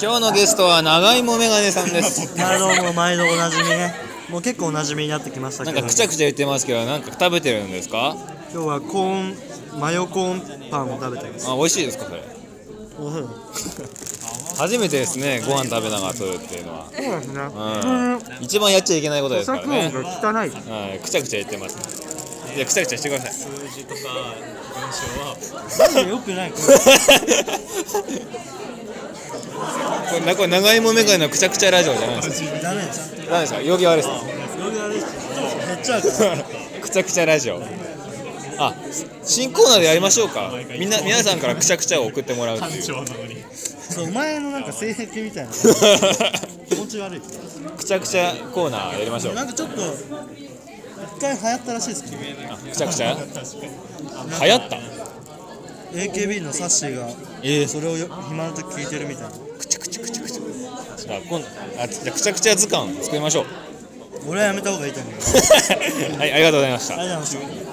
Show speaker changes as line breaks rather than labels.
今日のゲストは長芋メガネさん です
まあどうも毎度おなじみねもう結構おなじみになってきました
な
け
んか
ど
くちゃくちゃ言ってますけどなんか食べてるんですか
今日はコーンマヨコーンパンを食べてます
あ美味しいですかそれ
おいしい
初めてですねご飯食べながら撮るっていうのは、
そうですね
うん、一番やっちゃいけないことですからね、
が汚い
はい、くちゃくちゃ言ってますねいやくちゃくちゃしてください数字とか文章はよくない これなこれ長芋メガネのくちゃくちゃラジオじゃない です
ダメです
か何ですか容疑悪いですか
よくあれ減っちゃう
くちゃくちゃラジオあ新コーナーでやりましょうかみんな皆さんからくちゃくちゃを送ってもらうっていう
そうお前のなんか性癖みたいな気持ち悪い
くちゃくちゃコーナーやりましょう
なんかちょっと一回流行ったらしいですけど
あくちゃくちゃ流行った
AKB のサッシーが
ええ
それをよ暇の時聞いてるみたいな
くちゃくちゃくちゃくちゃあ今度あじゃあくちゃくちゃ図鑑作りましょう
俺はやめた方がいいと思う
はいありがとうございました
ありがとうございました